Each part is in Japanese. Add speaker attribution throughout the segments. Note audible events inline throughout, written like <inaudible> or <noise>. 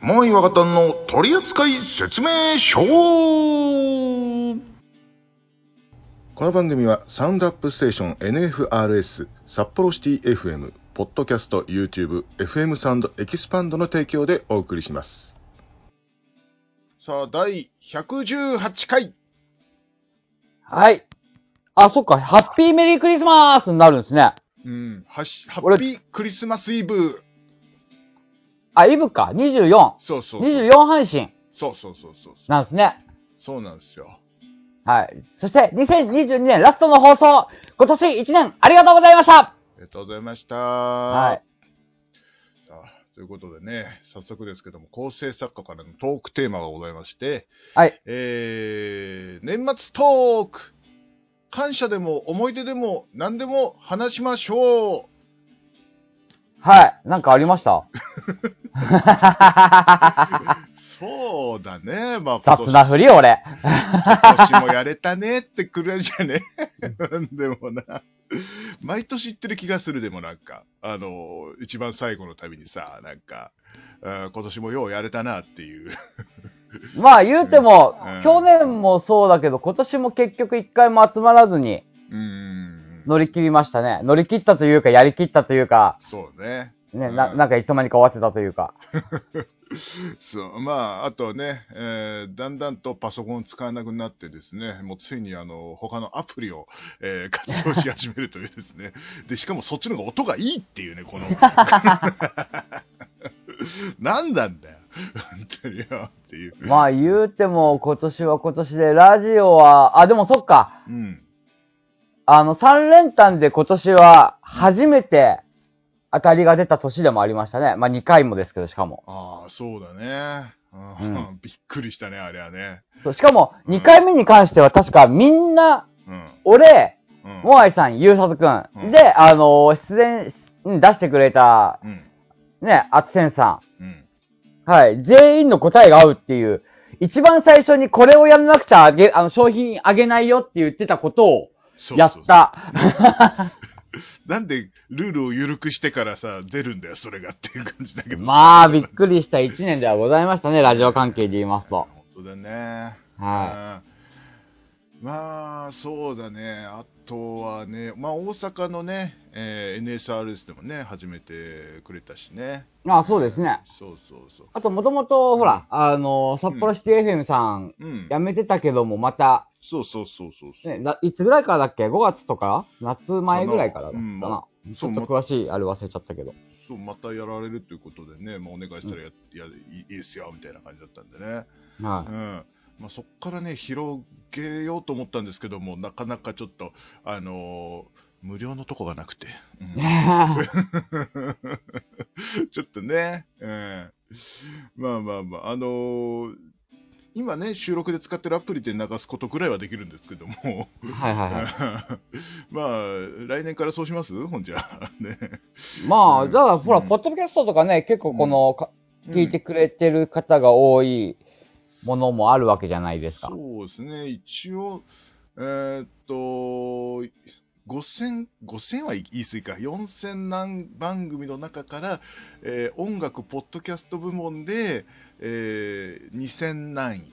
Speaker 1: もう岩方の取扱説明書
Speaker 2: この番組はサウンドアップステーション NFRS 札幌シティ FM ポッドキャスト YouTube FM サウンドエキスパンドの提供でお送りしますさあ第118回
Speaker 3: はい。あ、そっか、ハッピーメリークリスマスになるんですね。
Speaker 2: うんはしハ
Speaker 3: 俺
Speaker 2: ッピークリスマスイブ
Speaker 3: あ、イブか、24。
Speaker 2: そうそう
Speaker 3: 24配信
Speaker 2: そうそうそうそうそう
Speaker 3: なんですね。
Speaker 2: そうなんですよ
Speaker 3: はい。そして、2022年ラストの放送、今年1年ありがとうございました
Speaker 2: ありがとうございました
Speaker 3: はい。
Speaker 2: さあということでね早速ですけども構成作家からのトークテーマがございまして
Speaker 3: はい。
Speaker 2: えー、年末トーク感謝でも思い出でも何でも話しましょ
Speaker 3: はい。なんかありました
Speaker 2: <laughs> う。そうだね。まあ今
Speaker 3: 雑
Speaker 2: 年
Speaker 3: な振り、俺。
Speaker 2: 今年もやれたねってくらいじゃ
Speaker 3: <laughs>
Speaker 2: ね。なんでもな。毎年言ってる気がするでもなんか、あの、一番最後のたびにさ、なんか、あー今年もようやれたなっていう。
Speaker 3: まあ、言うても
Speaker 2: うん、
Speaker 3: 去年もそうだけど、今年も結局1回も集まらずに
Speaker 2: うーん。
Speaker 3: 乗り切りましたね。乗り切ったというか、やり切ったというか、
Speaker 2: そうね。
Speaker 3: ね、
Speaker 2: うん
Speaker 3: ななんかいつの間にか終わってたというか。
Speaker 2: そうまあ、あとね、えーだんだんとパソコンを使わなくなってですね、もうついにあの他のアプリを、えー活用し始めるというですね、 <laughs> でしかもそっちの方が音がいいっていうね、この、 <laughs> なんなんだよ、本当によっていう。
Speaker 3: まあ言うても今年は今年で、ラジオは、あ、でもそっか、
Speaker 2: うん、
Speaker 3: あの3連単で今年は初めて当たりが出た年でもありましたね。まあ2回もですけど、しかも。
Speaker 2: ああ、そうだね、うん、びっくりしたね、あれはね。
Speaker 3: そうしかも
Speaker 2: うん
Speaker 3: 2回目に関しては確かみんな、
Speaker 2: うん、
Speaker 3: 俺、
Speaker 2: うん、
Speaker 3: モアイさん、ゆうさとく、
Speaker 2: うん
Speaker 3: で、あのー出演うん出してくれた、
Speaker 2: うん、
Speaker 3: ね、あつせんさ
Speaker 2: うん、
Speaker 3: ん。はい。全員の答えが合うっていう、一番最初にこれをやらなくちゃあげ、あの、商品あげないよって言ってたことを、
Speaker 2: そうそうそう
Speaker 3: やった。
Speaker 2: なんでルールを緩くしてからさ、出るんだよ、それがっていう感じだけど。
Speaker 3: まあ、びっくりした1年ではございましたね、ラジオ関係で言いますと。
Speaker 2: 本当だね。
Speaker 3: は
Speaker 2: うんまあ、そうだね。あとはね、まあ、大阪のね、えー NSRS でもね、始めてくれたしね。
Speaker 3: い。まあ、そうですね。
Speaker 2: そうそうそう。
Speaker 3: あと、もともと、ほら、あのー、札幌シティ FM さん、
Speaker 2: うん。
Speaker 3: 辞めてたけども、また、
Speaker 2: そうそうそうそうそう。
Speaker 3: ね、ないつぐらいからだっけ ?5 月とか夏前ぐらいからだっ
Speaker 2: う
Speaker 3: た
Speaker 2: ん
Speaker 3: な。ち
Speaker 2: そ
Speaker 3: ょ
Speaker 2: う
Speaker 3: っと
Speaker 2: ま
Speaker 3: 詳しい、あれ忘れちゃったけど。
Speaker 2: そうまたやられるということでね、まあ、お願いしたらや、やいいいですよみたいな感じだったんでね、
Speaker 3: は
Speaker 2: う
Speaker 3: い。
Speaker 2: んまあ、そこからね、広げようと思ったんですけども、なかなかちょっと、あのー無料のとこがなくて、うん <laughs> ちょっとね、うん、まあまあまあ、あのー今ね、収録で使ってるアプリで流すことぐらいはできるんですけども、
Speaker 3: はいはいはい。
Speaker 2: <laughs> まあ、来年からそうしますほんじゃ <laughs> あ。ね、
Speaker 3: ま
Speaker 2: う
Speaker 3: あ、
Speaker 2: ん
Speaker 3: だから、ほら、
Speaker 2: うん
Speaker 3: ポッドキャストとかね、結構この、か
Speaker 2: うん
Speaker 3: 聞いてくれてる方が多いものもあるわけじゃないですか。
Speaker 2: そうですね、一応、えーっと、5000, 5000は言い過ぎか、4000何番組の中から、えー音楽、ポッドキャスト部門で、えー2000何位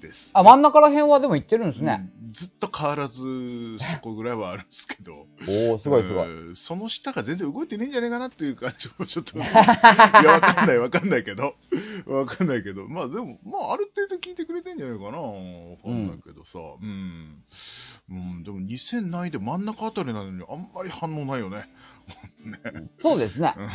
Speaker 2: です。
Speaker 3: あ、真ん中ら辺はでも行ってるんですね。
Speaker 2: うんずっと変わらず、そこぐらいはあるんですけど、
Speaker 3: おおすごいすごい。
Speaker 2: うんその下が全然動いてねえんじゃないかなっていう感じもちょ
Speaker 3: <laughs>
Speaker 2: っと、いや、わかんない、わかんないけど、わかんないけど、まあでも、まあ、ある程度聞いてくれてんじゃないかな、わかんないけどさ、うん、うん、でも2000ないで真ん中あたりなのに、あんまり反応ないよね。
Speaker 3: そうですね
Speaker 2: う。ん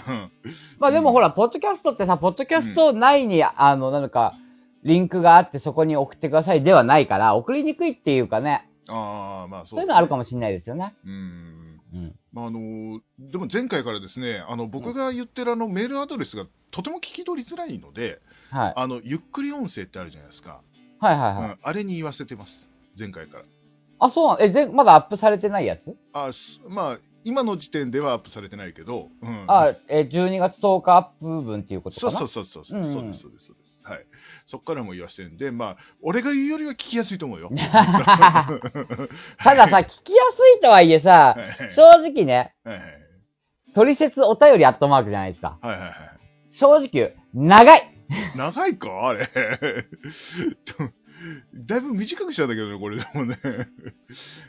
Speaker 3: まあでもほら、ポッドキャストってさ、ポッドキャスト内に、あの、なんか、リンクがあってそこに送ってくださいではないから、送りにくいっていうかね、
Speaker 2: ああ、まあそ
Speaker 3: そうう
Speaker 2: だね、
Speaker 3: いうのあるかもしれないですよね。
Speaker 2: うん
Speaker 3: うん。
Speaker 2: まああのーでも前回からですね、あの僕が言ってるあのメールアドレスがとても聞き取りづらいので、
Speaker 3: はい。
Speaker 2: あのゆっくり音声ってあるじゃないですか、
Speaker 3: はいはいうはい。
Speaker 2: ん、あれに言わせてます、前回から。
Speaker 3: あ、そうなんえ、ぜまだアップされてないやつ
Speaker 2: あすまあ、今の時点ではアップされてないけど、うん、
Speaker 3: あ、えー、12月10日アップ分っていうことか
Speaker 2: そう
Speaker 3: な
Speaker 2: そう
Speaker 3: <laughs>
Speaker 2: そ
Speaker 3: そ
Speaker 2: うそう、
Speaker 3: うんうん
Speaker 2: そうです、そうです、そうです。はい。そこからも言わせてるんで、まあ、俺が言うよりは聞きやすいと思う
Speaker 3: <laughs>
Speaker 2: よ。
Speaker 3: たださ、聞きやすいとはいえさ
Speaker 2: はい、はい
Speaker 3: 正直ね、
Speaker 2: はいはい
Speaker 3: 取説お便りアットマークじゃないですか。
Speaker 2: はいはいはい。
Speaker 3: 正直、長い
Speaker 2: 長いかあれ。 <laughs> だいぶ短くしたんだけどね、これでもね。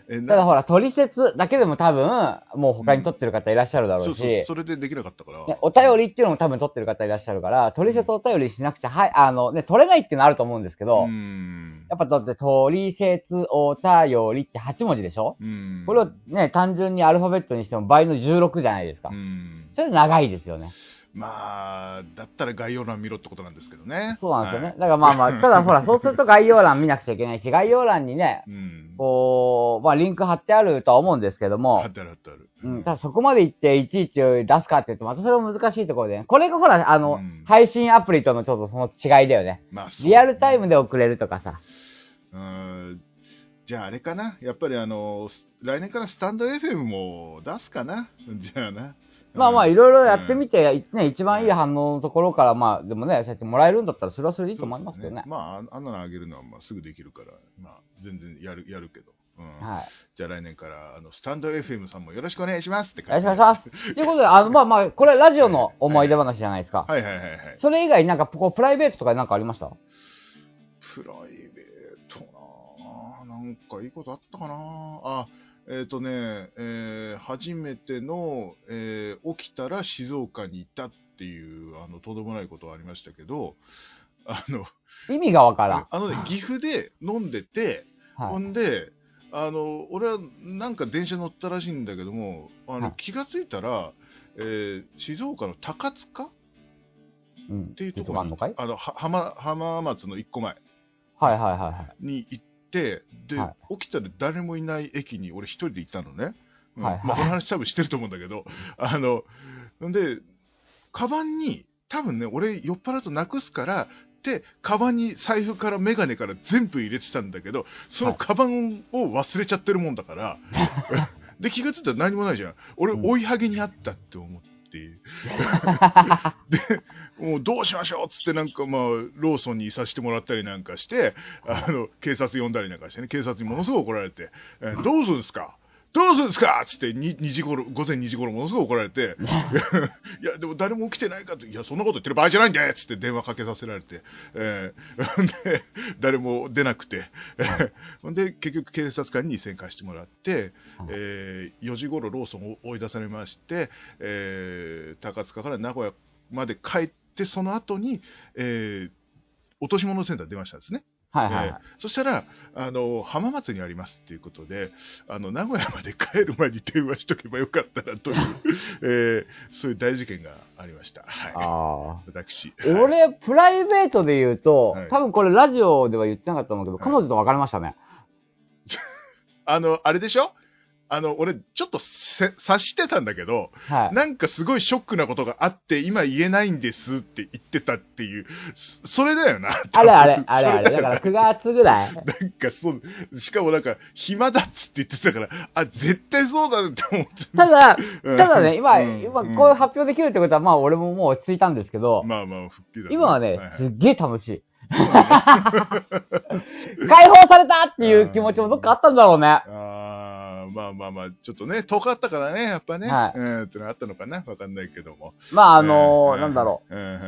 Speaker 2: え、
Speaker 3: ただ
Speaker 2: な、
Speaker 3: ほら、取説だけでも多分、もう他に撮ってる方いらっしゃるだろ
Speaker 2: そうう
Speaker 3: し、
Speaker 2: そう、それでできなかったから
Speaker 3: ね。お便りっていうのも多分撮ってる方いらっしゃるから、取説お便りしなくちゃ、はい、あのね、取れないっていうのあると思うんですけ
Speaker 2: う
Speaker 3: ど、
Speaker 2: ん
Speaker 3: やっぱだって、取説お便りって8文字でしょ
Speaker 2: うん。
Speaker 3: これをね、単純にアルファベットにしても倍の16じゃないですか。
Speaker 2: うん。
Speaker 3: それ長いですよね。
Speaker 2: まあ、だったら概要欄見ろってことなんですけどね。
Speaker 3: そうなんですよね。
Speaker 2: はい
Speaker 3: だからまあ
Speaker 2: <laughs>
Speaker 3: まあ、ただほら、そうすると概要欄見なくちゃいけないし、概要欄にね、
Speaker 2: うん。
Speaker 3: こう、まあリンク貼ってあるとは思うんですけど
Speaker 2: あ
Speaker 3: も
Speaker 2: っ、たあるあったある。
Speaker 3: うん、ただそこまで行っていちいち出すかって言うと、またそれも難しいところでね。これがほら、あの、
Speaker 2: うん
Speaker 3: 配信アプリとのちょっとその違いだよね。
Speaker 2: まあ、そう
Speaker 3: リアルタイムで送れるとかさ。
Speaker 2: うんじゃああれかな、やっぱりあのす来年からスタンド FM も出すかな、じゃあな。
Speaker 3: まあまあ、
Speaker 2: うん
Speaker 3: いろいろやってみて、ね、一番いい反応のところから、まあ、でもね、そうやってもらえるんだったら、それはそれでいいと思いますけど
Speaker 2: そうで
Speaker 3: ね
Speaker 2: す。まあ、ああんなのあげるのはまあすぐできるから、まあ、全然やるやるけど、うん
Speaker 3: はい。
Speaker 2: じゃあ来年からあのスタンド FM さんもよろしくお願いしますって
Speaker 3: よろ
Speaker 2: 感
Speaker 3: し
Speaker 2: じ
Speaker 3: くお願いします。ということで、あの、まあまあ、これラジオの思い出話じゃないですか。
Speaker 2: はいはいはいはい。
Speaker 3: それ以外、なんか、こう、プライベートとかなんかありました
Speaker 2: プライベートなあなんかいいことあったかなあえっ、とね、えー初めての、えー起きたら静岡に行ったっていうあのとんでもないことはありましたけどあの
Speaker 3: 意味がわからん
Speaker 2: あ。の、ね、岐阜で飲んでて、
Speaker 3: は
Speaker 2: ほ
Speaker 3: い。
Speaker 2: んであの俺はなんか電車乗ったらしいんだけどもあの、
Speaker 3: はい
Speaker 2: 気がついたら、えー静岡の高塚っ
Speaker 3: うん。って
Speaker 2: いうとこ
Speaker 3: があんのかい
Speaker 2: あのは浜浜松の1個前
Speaker 3: はいはいはいはい。
Speaker 2: に行ってで、
Speaker 3: は
Speaker 2: 起きたら誰もいない駅に俺一人で行ったのね、うん
Speaker 3: はいはい
Speaker 2: まあ、この話多分してると思うんだけど <laughs> あのんでカバンに多分ね俺酔っ払うとなくすからでカバンに財布から眼鏡から全部入れてたんだけどその
Speaker 3: はい
Speaker 2: カバンを忘れちゃってるもんだ
Speaker 3: <laughs>
Speaker 2: から、で気がついたら何もないじゃん俺
Speaker 3: うん
Speaker 2: 追いはぎにあったって思
Speaker 3: <laughs>
Speaker 2: って。でもうどうしましょうっつってなんかまあローソンにいさせてもらったりなんかしてあの警察呼んだりなんかしてね警察にものすごい怒られて「えーどうするんですかどうするんですか?」っつってに2時頃午前2時頃ものすごい怒られて <laughs> 「いやでも誰も起きてないか」って「いやそんなこと言ってる場合じゃないんで」っつって電話かけさせられて、えー <laughs> で誰も出なくて、えーほんで結局警察官に2000貸してもらって、えー4時頃ローソンを追い出されまして、えー高塚から名古屋まで帰ってその後に、えー落とし物センターに出ましたんですね。
Speaker 3: はいはい
Speaker 2: えー
Speaker 3: はい。
Speaker 2: そしたらあの浜松にありますということであの名古屋まで帰る前に電話しとけばよかったな
Speaker 3: <laughs>
Speaker 2: という、えーそういう大事件がありました。はい、
Speaker 3: ああ。
Speaker 2: 私、はい
Speaker 3: 俺、プライベートで言うと
Speaker 2: はい、
Speaker 3: 多分これラジオでは言ってなかったと思うけど、
Speaker 2: はい
Speaker 3: 彼女と別れましたね。
Speaker 2: あのあれでしょあの俺ちょっとせ察してたんだけど、
Speaker 3: はい。
Speaker 2: なんかすごいショックなことがあって、今言えないんですって言ってたっていう、そそれだよな。
Speaker 3: あれあれ、あれあ
Speaker 2: そ
Speaker 3: れ。
Speaker 2: だ
Speaker 3: だ
Speaker 2: よな
Speaker 3: から9月
Speaker 2: <laughs>
Speaker 3: ぐらい。
Speaker 2: なんかそう、しかもなんか、暇だっつって言ってたから、あ、絶対そうだって思って
Speaker 3: ただ、
Speaker 2: <laughs> うん
Speaker 3: ただね、今、
Speaker 2: うん
Speaker 3: 今、
Speaker 2: うん
Speaker 3: こういう発表できるってことは、まあ、俺ももう落ち着いたんですけど、
Speaker 2: まあまあ、復帰だ、
Speaker 3: 今はね
Speaker 2: いい、
Speaker 3: すっげえ楽しい。解放されたっていう気持ちもどっかあったんだろうね。
Speaker 2: あーまあまあまあ、ちょっとね、遠かったからね、やっぱね、
Speaker 3: はい
Speaker 2: うん、ってのあったのかな、わかんないけども。
Speaker 3: まあ、あの
Speaker 2: う
Speaker 3: なんだろ
Speaker 2: う。うんうんうん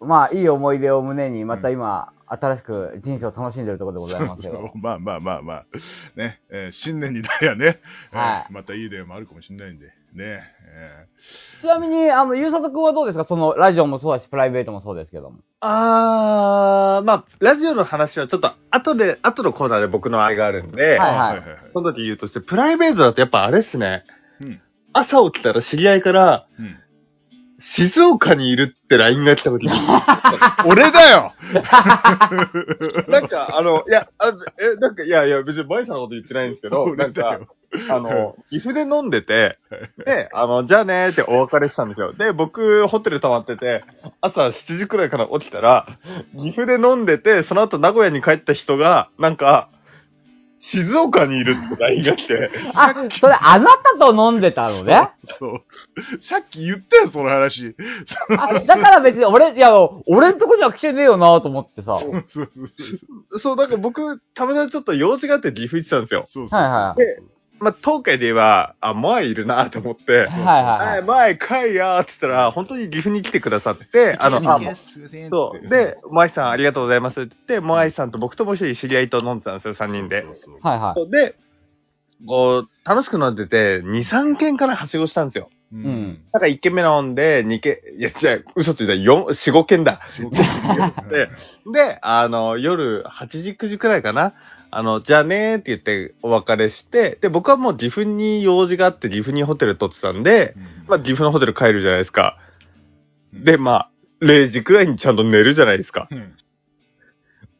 Speaker 3: う。まあ、いい思い出を胸に、また今、新しく人生を楽しんでるところでございますけ
Speaker 2: <laughs>
Speaker 3: ど。
Speaker 2: まあまあまあまあ、ね、えー新年になりゃね、
Speaker 3: はい
Speaker 2: えーまたいい例もあるかもしれないんで、ね、えー
Speaker 3: ちなみに、あの、ゆうさとくんはどうですかその、ラジオもそうだし、プライベートもそうです
Speaker 2: <laughs>
Speaker 3: けども。
Speaker 4: あー、まあ、ラジオの話はちょっと後で、後のコーナーで僕のあれがあるんで、
Speaker 3: はい
Speaker 2: はい
Speaker 4: その時言うとして、プライベートだとやっぱあれっすね。
Speaker 2: うん
Speaker 4: 朝起きたら知り合いから、
Speaker 2: うん
Speaker 4: 静岡にいるって LINE が来た時に、
Speaker 2: 俺だよ
Speaker 4: <laughs> なんか、あの、いや、あえ、なんか、いやいや、別にバイさんのこと言ってないんですけど、な
Speaker 2: 俺
Speaker 4: ん
Speaker 2: だ
Speaker 4: か
Speaker 2: よ、
Speaker 4: あの、岐阜で飲んでて、で、あの、じゃあねーってお別れしたんですよ。で、僕、ホテル泊まってて、朝7時くらいから起きたら、岐阜で飲んでて、その後名古屋に帰った人が、なんか、静岡にいるって LINE が来て、
Speaker 3: <laughs> あ、それ、あなたと飲んで
Speaker 2: <laughs>
Speaker 3: たのね。
Speaker 2: そう。さっき言ったよ、その話。
Speaker 3: あだから別に、俺、いや、俺んとこには来てねえよなと思ってさ。
Speaker 2: そうそうそうそう。
Speaker 4: そう、なんか僕、たまたまちょっと用事があって岐阜行ってたんですよ。
Speaker 2: そうそう
Speaker 3: はいは
Speaker 4: で、まあ、東海で言えば、あ、前いるなと思っ
Speaker 3: は
Speaker 4: て、
Speaker 3: いは
Speaker 4: はいい、前かいやーって言ったら、本当に岐阜に来てくださって、あの、あ、もう
Speaker 2: そ
Speaker 4: そう。で、、モアイさんありがとうございますって言って、モアイさんと僕ともう一人知り合いと飲んでたんですよ、3人で。
Speaker 2: そうそうそう
Speaker 3: はいはい。
Speaker 4: で、こう、楽しく飲んでて、2、3軒からはしごしたんですよ。
Speaker 2: うんん。
Speaker 4: なんか1軒目飲んで、2軒、いや、違う、嘘ついた、4、4、5軒だ。
Speaker 2: 仕事で、
Speaker 4: で、あの、夜8時、9時くらいかな。あの、じゃあねーって言ってお別れして、で、僕はもう岐阜に用事があって岐阜にホテル取ってたんで、まあ岐阜のホテル帰るじゃないですか。で、まあ、0時くらいにちゃんと寝るじゃないですか。
Speaker 2: うん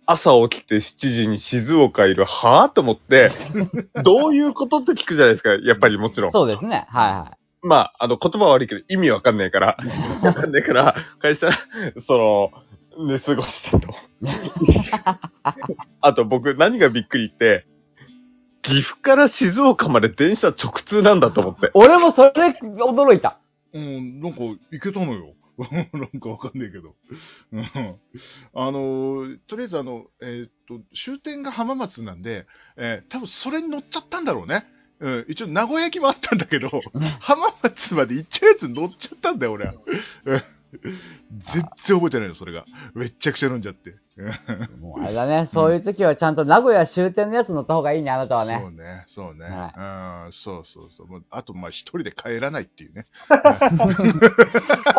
Speaker 4: 朝起きて7時に静岡いる、はぁと思 <laughs> って、どういうことって聞くじゃないですか、やっぱりもちろん。
Speaker 3: そうですね。はいは
Speaker 4: まあ、あの、言葉は悪いけど、意味わかんないから、わかんないから、会社、その、寝過ごした <laughs> と。あと僕、何がびっくりって、岐阜から静岡まで電車直通なんだと思って
Speaker 3: い。。 <laughs> 俺もそれ驚いた。
Speaker 2: うん、なんか、いけたのよ。 <laughs> なんかわかんないけど。うんあのー、とりあえずあの、えーっと、終点が浜松なんで、えー、多分それに乗っちゃったんだろうね。うん、一応名古屋駅もあったんだけど、浜松まで行っちゃうやつ乗っちゃったんだよ、俺は。うん全然覚えてないの、それが。めっちゃくちゃ飲んじゃって。うん
Speaker 3: もうあれだね。そういう時はちゃんと名古屋終点のやつ乗った方がいいね、あなたはね
Speaker 2: そ。うね、そうね。
Speaker 3: は
Speaker 2: うん、そうそうそう。もうあと、まあ、一人で帰らないっていうね。
Speaker 3: 子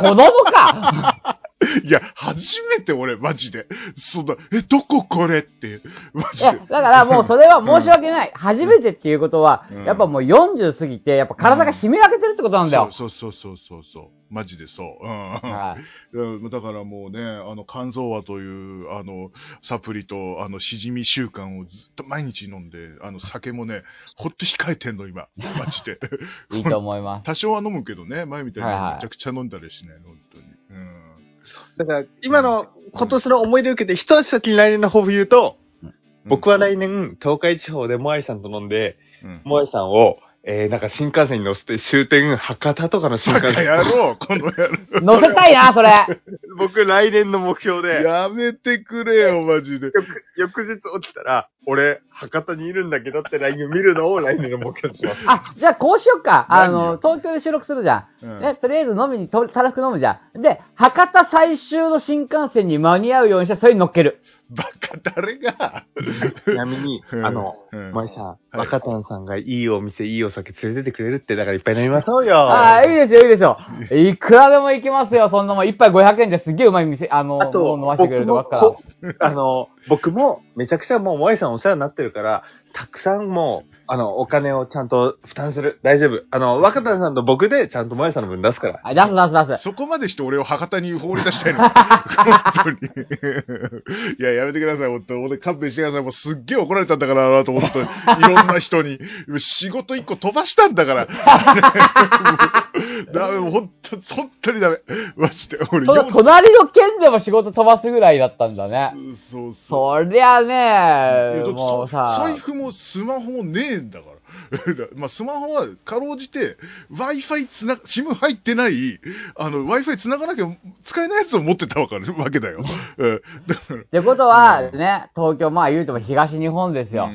Speaker 3: 供
Speaker 2: <laughs>
Speaker 3: か
Speaker 2: いや、初めて俺、マジで。そんな、え、どここれって、マ
Speaker 3: い
Speaker 2: ジ
Speaker 3: や、
Speaker 2: で
Speaker 3: だ。からもうそれは申し訳ない。初めてっていうことは
Speaker 2: うん、
Speaker 3: やっぱもう40過ぎて、やっぱ体が悲鳴上げてるってことなんだよ。
Speaker 2: そうそうそうそうそうそう。マジでそう。うん。
Speaker 3: はい
Speaker 2: うんだからもうね、あの、肝臓和という、あの、サプリと、あの、しじみ習慣をずっと毎日飲んで、あの、酒もね、ほっと控えてんの、今。マジ
Speaker 3: <laughs>
Speaker 2: で。
Speaker 3: いいと思います。
Speaker 2: 多少は飲むけどね、前みたいに
Speaker 3: はいはい
Speaker 2: めちゃくちゃ飲んだりしない、本当に。うん。
Speaker 4: だから、今の、今年の思い出を受けて、一足先に来年の抱負言うと、僕は来年、東海地方でモアイさんと飲んで、
Speaker 2: うん、
Speaker 4: モアイさんを、えー、なんか新幹線に乗せて終点博多とかの新
Speaker 2: バ
Speaker 4: 幹
Speaker 2: カ
Speaker 4: 線。
Speaker 2: 野郎、この野郎。
Speaker 3: 乗せ <laughs> たいな、それ。
Speaker 4: 僕来年の目標で、
Speaker 2: やめてくれよ、マジで。
Speaker 4: 翌日起きたら、俺、博多にいるんだけどって LINE を見る <laughs> のを来年の目標にします。
Speaker 3: あ、じゃあこうしよっか。あ
Speaker 2: 何
Speaker 3: の、
Speaker 2: よ
Speaker 3: 東京で収録するじゃ
Speaker 2: うん
Speaker 3: ん。ね、とりあえず飲みに、とたらふく飲むじゃん。で、博多最終の新幹線に間に合うようにして、それに乗っける。
Speaker 2: バカ、誰が。
Speaker 4: ちなみに、あの、
Speaker 2: うん
Speaker 4: マイさ
Speaker 2: い
Speaker 4: ん、若田さんがいいお店、いいお酒連れてってくれるって、だからいっぱい飲みましょうよ。
Speaker 3: ああ、いいですよ、いいですよ。いくらでも行きますよ、そんなもん。一杯500円ですげえうまい店、あの、
Speaker 4: あと
Speaker 3: もう飲ませてくれるとばっから。
Speaker 4: 僕もこあの、僕も、めちゃくちゃもう、萌えさんお世話になってるから、たくさんもう、あの、お金をちゃんと負担する。大丈夫。あの、若田さんと僕で、ちゃんと萌えさんの分出すから。
Speaker 3: あ、出す出す出す。
Speaker 2: そこまでして俺を博多に放り出した
Speaker 4: <laughs>
Speaker 2: いの。本当に。いや、やめてください、本当俺勘弁してください。もうすっげえ怒られたんだからなと思って、いろんな人に。仕事一個飛ばしたんだから。
Speaker 4: <laughs>
Speaker 2: ダメ、もう本当本当にダメ。マジで、俺、
Speaker 3: その
Speaker 2: よ
Speaker 3: 隣の県でも仕事飛ばすぐらいだったんだね。
Speaker 2: そうそう。
Speaker 3: そりゃ
Speaker 2: いや
Speaker 3: ね
Speaker 2: だって
Speaker 3: もうさ、
Speaker 2: 財布もスマホもねえんだから。 <laughs> だまあ、スマホはかろうじて、Wi-Fi つな、SIM 入ってない、あの、Wi-Fi つながなきゃ使えないやつを持ってたわかるわけだよ。うんだから
Speaker 3: ってことはね、東京、まあ言うても東日本ですよ。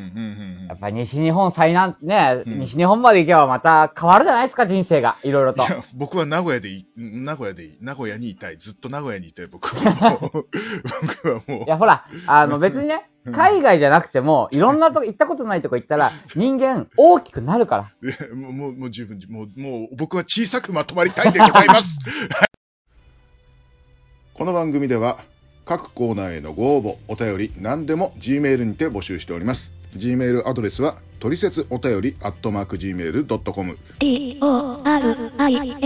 Speaker 3: やっぱ西日本最南、ね、
Speaker 2: うん
Speaker 3: 西日本まで行けばまた変わるじゃないですか、人生が。いろいろと
Speaker 2: い。や僕は名古屋でいい、名古屋でいい、名古屋にいたい、ずっと名古屋にいたい、僕はもう。 <laughs> 僕はも
Speaker 3: いや、ほら、あの、別にね、海外じゃなくても、いろんなとこ、行ったことないとこ行ったら、人間、大きくなるから。
Speaker 2: ういや、 <laughs> もう、もう、もう十分、もう、もう、僕は小さくまとまりたいでございます。
Speaker 5: <laughs> この番組では各コーナーへのご応募お便り何でも G メールにて募集しております G メールアドレスは「トリセツお便り」「アットマーク Gmail.com」
Speaker 6: D O R I S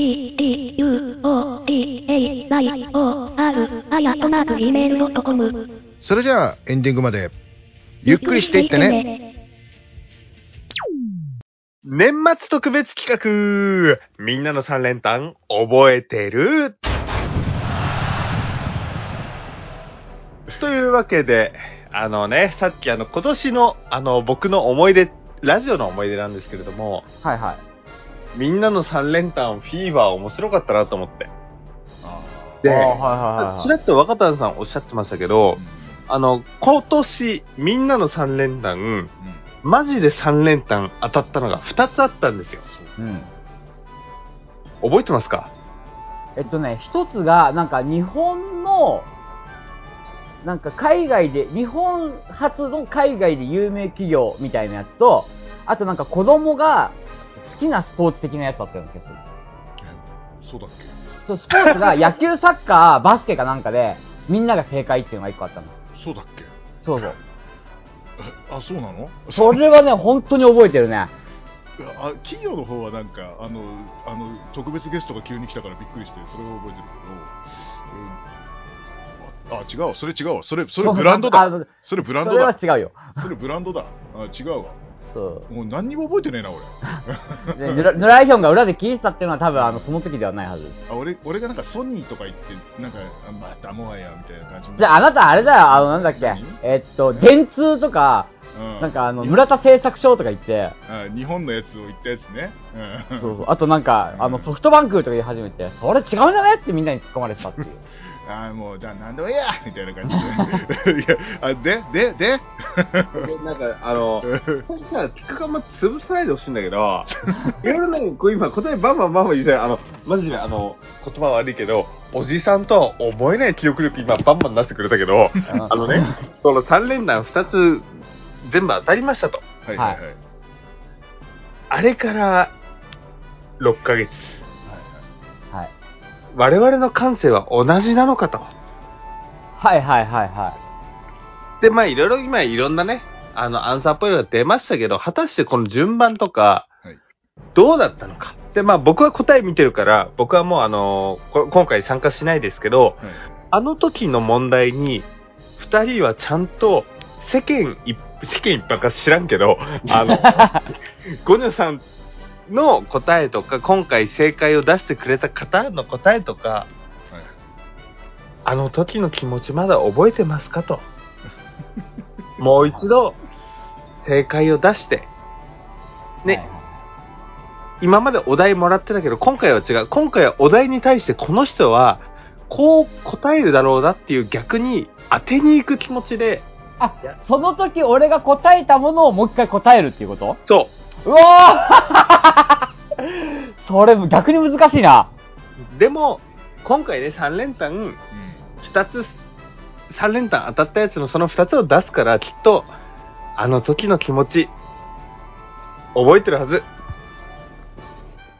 Speaker 6: E T U O T A Y O R あやとなく Gmail.com
Speaker 7: それじゃあエンディングまでゆっくりしていってね。
Speaker 4: 年末特別企画みんなの3連単、覚えてるというわけで、あのね、さっきあの、今年の、あの、僕の思い出、ラジオの思い出なんですけれども、
Speaker 3: はいはい。
Speaker 4: みんなの3連単、フィーバー面白かったなと思って。
Speaker 3: あー、は
Speaker 4: で
Speaker 3: いはいはい
Speaker 4: ちらっと若田さんおっしゃってましたけど、あの、今年、みんなの3連単、マジで3連単当たったのが2つあったんですよ。
Speaker 3: うん。
Speaker 4: 覚えてますか
Speaker 3: えっとね、一つが、なんか日本の、なんか海外で、日本発の海外で有名企業みたいなやつと、あとなんか子供が好きなスポーツ的なやつだったような気がす
Speaker 2: そ
Speaker 3: る。
Speaker 2: うだっけ
Speaker 3: そう、スポーツ <laughs> が野球、サッカー、バスケかなんかで、みんなが正解っていうのが一個あったの。
Speaker 2: そうだっけ
Speaker 3: そうそう。
Speaker 2: あ、そうなの
Speaker 3: それはね、本当に覚えてるね。
Speaker 2: あ企業の方はなんかあのあの特別ゲストが急に来たからびっくりしてそれを覚えてるけど、うんああ違うわそれ違うわそれそれブランド
Speaker 3: あ
Speaker 2: だ
Speaker 3: の
Speaker 2: それブラン
Speaker 3: そ
Speaker 2: ド
Speaker 3: れは
Speaker 2: だ
Speaker 3: 違うよ。
Speaker 2: それブランドだあ違うわ
Speaker 3: そう。
Speaker 2: もう何にも覚えてねえな俺
Speaker 3: でぬらぬらいひょんが裏で聞いてたっていうのは多分あのその時ではないはず。
Speaker 2: あ俺俺がなんかソニーとか言ってなんかあまたもはやみたいな感じに
Speaker 3: じゃああなたあれだよ、あのなんだっけ
Speaker 2: 何、
Speaker 3: えっと、電通とか、
Speaker 2: うん
Speaker 3: なんかあの
Speaker 2: に
Speaker 3: 村田製作所とか行って、
Speaker 2: あ日本のやつを言ったやつね、うん、
Speaker 3: そうそう、あとなんかあのソフトバンクとか言い始めて、それ違うんじゃないってみんなに突っ込まれてたっていう。
Speaker 2: あもうだなんでもいいやみたいな感じ
Speaker 3: <laughs>
Speaker 2: でいやあででで
Speaker 4: なんか、あ
Speaker 2: <laughs>
Speaker 4: の、本社は聞くかま潰さないでほしいんだけど、 <laughs> いろいろなんかこう今答えバンバンバンバン言って、あの、マジであの、言葉悪いけど、おじさんとは思えない記憶力今バンバン出してくれたけど、あのね、その3連弾2つ全部当たりましたと。
Speaker 2: はいはいはい、はい
Speaker 4: あれから6ヶ月。
Speaker 3: はい
Speaker 4: 我々の感性は同じなのかと。
Speaker 3: はいはいはいは
Speaker 4: で、まあいろいろ今いろんなね、あの、アンサーっぽいのが出ましたけど、果たしてこの順番とか
Speaker 2: はい、
Speaker 4: どうだったのか。で、まあ僕は答え見てるから、僕はもうあのこ今回参加しないですけど、
Speaker 2: はい
Speaker 4: あの時の問題に、二人はちゃんと世間一、世間一般か知らん
Speaker 2: <laughs>
Speaker 4: けど、あの、ゴニョさんの答えとか、今回正解を出してくれた方の答えとか、
Speaker 2: はい
Speaker 4: あの時の気持ちまだ覚えてますか
Speaker 3: <laughs>
Speaker 4: と。もう一度、正解を出して、
Speaker 3: い。
Speaker 4: ね
Speaker 3: はいはいはい
Speaker 4: 今までお題もらってたけど、今回は違う。今回はお題に対してこの人は、こう答えるだろうなっていう逆に当てに行く気持ちで、
Speaker 3: あ、その時俺が答えたものをもう一回答えるっていうこと
Speaker 4: そう
Speaker 3: わー <laughs> それ逆に難しいな。
Speaker 4: う。でも、今回ね、3連単、2つ、3連単当たったやつのその2つを出すから、きっと、あの時の気持ち、覚えてるはず。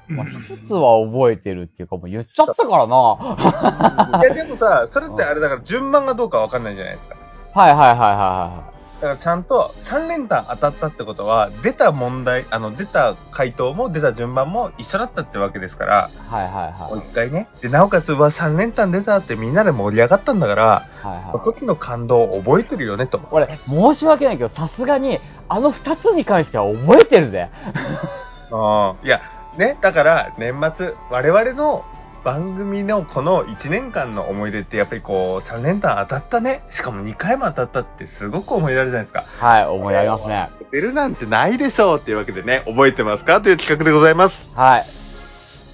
Speaker 3: まあ、一つは覚えてるっていうか、もう言っちゃったからな。はい
Speaker 4: や、でもさ、それってあれだから順番がどうかわかんないじゃないですか。
Speaker 3: いはいはいはいはい。
Speaker 4: だからちゃんと3連単当たったってことは、出た問題、あの、出た回答も出た順番も一緒だったってわけですから、
Speaker 3: はいはいは
Speaker 4: もう
Speaker 3: い。
Speaker 4: 一回ね。で、なおかつ、うわ、3連単出たってみんなで盛り上がったんだから、
Speaker 3: はい
Speaker 4: その
Speaker 3: はい、
Speaker 4: 時の感動を覚えてるよね、と。
Speaker 3: 俺、申し訳ないけど、さすがに、あの二つに関しては覚えてるぜ。
Speaker 4: うん。いや、ね、だから、年末、我々の番組のこの1年間の思い出って、やっぱりこう、3連単当たったね。しかも2回も当たったってすごく思い出あるじゃないですか。
Speaker 3: はい、思いありますね。
Speaker 4: 出るなんてないでしょうっていうわけでね、覚えてますかという企画でございます。
Speaker 3: はい。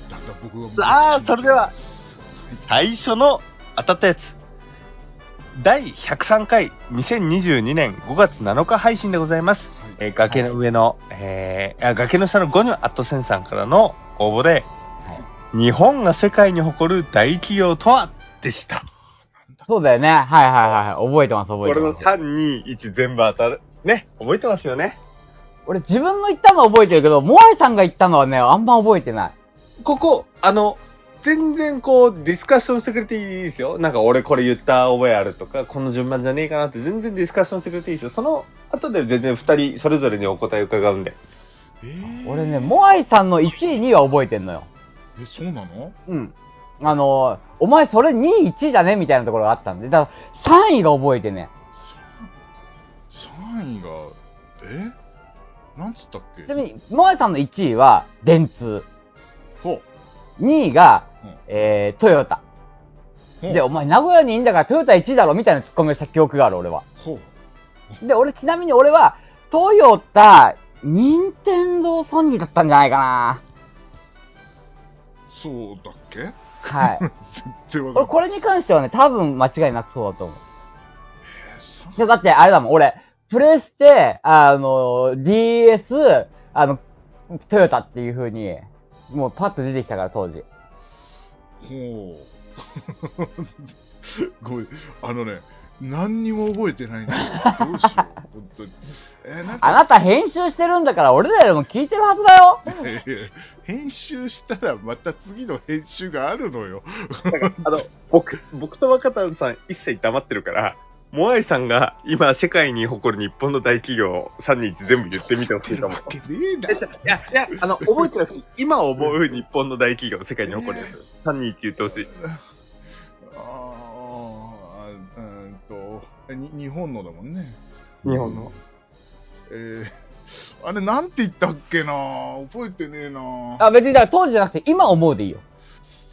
Speaker 2: だんだん僕が
Speaker 4: さあそれでは最初の当たったやつ。第103回2022年5月7日配信でございます。えー崖の上の、えーあ崖の下のゴニョアットセンさんからの応募で、日本が世界に誇る大企業とはでした。
Speaker 3: そうだよね。はいはいはいはい。覚えてます、覚
Speaker 4: こ
Speaker 3: えて
Speaker 4: れの
Speaker 3: ます。
Speaker 4: 3、2、1全部当たる。ね、覚えてますよね。
Speaker 3: 俺、自分の言ったのは覚えてるけど、モアイさんが言ったのはね、あんま覚えてない。
Speaker 4: ここ、あの、全然こう、ディスカッションしてくれていいですよ。なんか俺これ言った覚えあるとか、この順番じゃねえかなって全然ディスカッションしてくれていいですよ。その後で全然二人それぞれにお答え伺うん <laughs> で。
Speaker 2: えー
Speaker 3: 俺ね、モアイさんの1位、2位は覚えてんのよ。
Speaker 2: えそうなの
Speaker 3: うん。あの、お前それ2位、1位だねみたいなところがあったんで、だから3位が覚えてね。
Speaker 2: 3位がえなんつったっけ
Speaker 3: ちなみに、モアイさんの1位は、電通。
Speaker 2: ほ
Speaker 3: 2位が、
Speaker 2: うん
Speaker 3: えー、トヨタ。
Speaker 2: う
Speaker 3: で、お前、名古屋にいいんだからトヨタ1位だろみたいなツッコミをした記憶がある、俺は。
Speaker 2: ほう
Speaker 3: で、俺、ちなみに俺は、トヨタ、任天堂ソニーだったんじゃないかな。
Speaker 2: そうだっけ
Speaker 3: <laughs> はい。
Speaker 2: ってわか
Speaker 3: 俺、
Speaker 2: んない
Speaker 3: これに関してはね、多分間違いなくそうだと思う。
Speaker 2: えーさ
Speaker 3: でだって、あれだもん、俺、プレステ、あの、DS、あの、トヨタっていう風に、もうパッと出てきたから、当時。
Speaker 2: ほう。 <laughs> ごめん、あのね、何にも覚えてないんだよ。どうしよう、本当に。えーなんか、
Speaker 3: あなた編集してるんだから、俺らでも聞いてるはずだよ。
Speaker 2: いやいや編集したらまた次の編集があるのよ。
Speaker 4: あの、僕、僕と若田さん一切黙ってるから、モアイさんが今世界に誇る日本の大企業3人全部言ってみてほしい <laughs> と思う。
Speaker 2: わけねえだ
Speaker 4: いや、いや、あの、覚えてなくていい、今思う日本の大企業、世界に誇るやつ。3、2、1言ってほしい。
Speaker 2: あーあー、うーんと、えに日本のだもんね。
Speaker 4: 日本の。
Speaker 2: えー、あれ、なんて言ったっけな覚えてねえな
Speaker 3: あ、別にだから当時じゃなくて、今思うでいい <laughs> よ。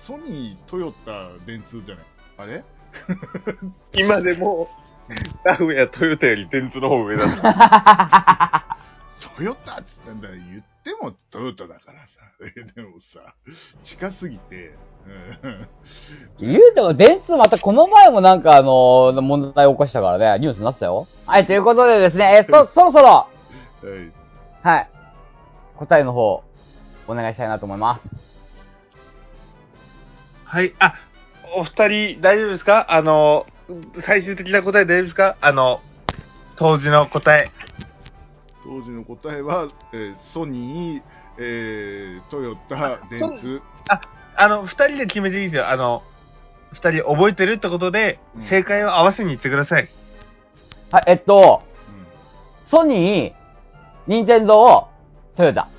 Speaker 2: ソニー、トヨタ、電通じゃない。あれ
Speaker 4: 今でも、ラフやトヨタより電通の方が上だった。
Speaker 2: トヨタっつったんだ言ってもトヨタだからさ。 <laughs> えでもさ、近すぎて。うん <laughs>
Speaker 3: 言うても、電通またこの前もなんかあの問題起こしたからね、ニュースになってたよ。はい、ということでですね、えーそ、そろそろ、
Speaker 2: はい、
Speaker 3: はい、答えの方、お願いしたいなと思います。
Speaker 4: <laughs> はい、あ、お二人大丈夫ですかあの、最終的な答え大丈夫ですかあの、当時の答え。
Speaker 2: 当時の答えは、えーソニー、えートヨタ、電
Speaker 4: ソニ
Speaker 2: 通。
Speaker 4: あの、二人で決めていいですよ。あの、二人覚えてるってことで
Speaker 2: うん、
Speaker 4: 正解を合わせに言ってください。
Speaker 3: はい、えっと、
Speaker 2: うん
Speaker 3: ソニー、ニンテンドー、トヨタ。